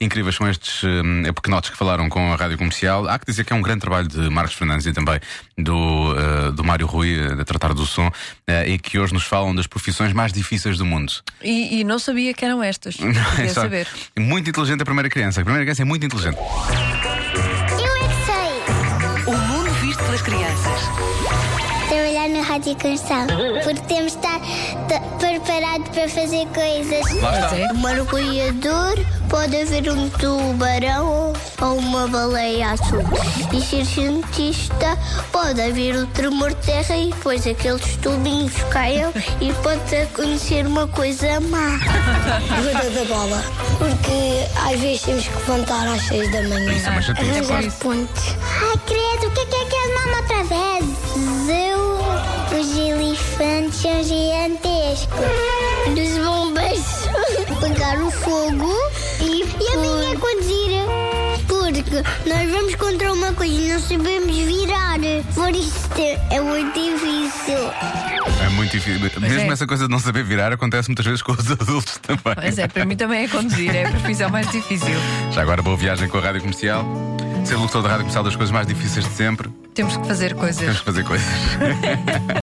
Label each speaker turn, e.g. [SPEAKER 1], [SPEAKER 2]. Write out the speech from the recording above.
[SPEAKER 1] Incríveis são estes hum, pequenotes que falaram com a rádio comercial. Há que dizer que é um grande trabalho de Marcos Fernandes e também do, eh, do Mário Rui, eh, a tratar do som, eh, e que hoje nos falam das profissões mais difíceis do mundo.
[SPEAKER 2] E, e não sabia que eram estas. Queria
[SPEAKER 1] é Só-
[SPEAKER 2] saber.
[SPEAKER 1] Muito inteligente a primeira criança. A primeira criança é muito inteligente.
[SPEAKER 3] Eu é que sei.
[SPEAKER 4] O mundo visto pelas crianças.
[SPEAKER 3] Trabalhar na Rádio Canção. Porque temos de estar t- preparado para fazer coisas.
[SPEAKER 1] Lá está.
[SPEAKER 2] Pois é.
[SPEAKER 3] Um mergulhador pode haver um tubarão ou uma baleia azul. E ser cientista pode haver o tremor de terra e depois aqueles tubinhos caiam e pode acontecer uma coisa má.
[SPEAKER 5] Jogada da bola, porque às vezes temos que levantar às 6 da manhã.
[SPEAKER 1] Isso é uma chatice.
[SPEAKER 2] Arranjar
[SPEAKER 5] Arranjar pontes.
[SPEAKER 3] Ai, credo, o que é que aquele nome outra vez? Eu, os elefantes são gigantescos. Dos bombas. Pegar o fogo e, e a minha é conduzir. Porque nós vamos contra uma coisa e não sabemos virar. Por isso é muito difícil.
[SPEAKER 1] É muito difícil. Mesmo
[SPEAKER 2] é.
[SPEAKER 1] essa coisa de não saber virar acontece muitas vezes com os adultos também.
[SPEAKER 2] Pois é, para mim também é conduzir, é a profissão mais difícil.
[SPEAKER 1] Já agora, boa viagem com a rádio comercial. é Ser locutor da rádio comercial das coisas mais difíceis de sempre.
[SPEAKER 2] Temos que fazer coisas.
[SPEAKER 1] Temos que fazer coisas.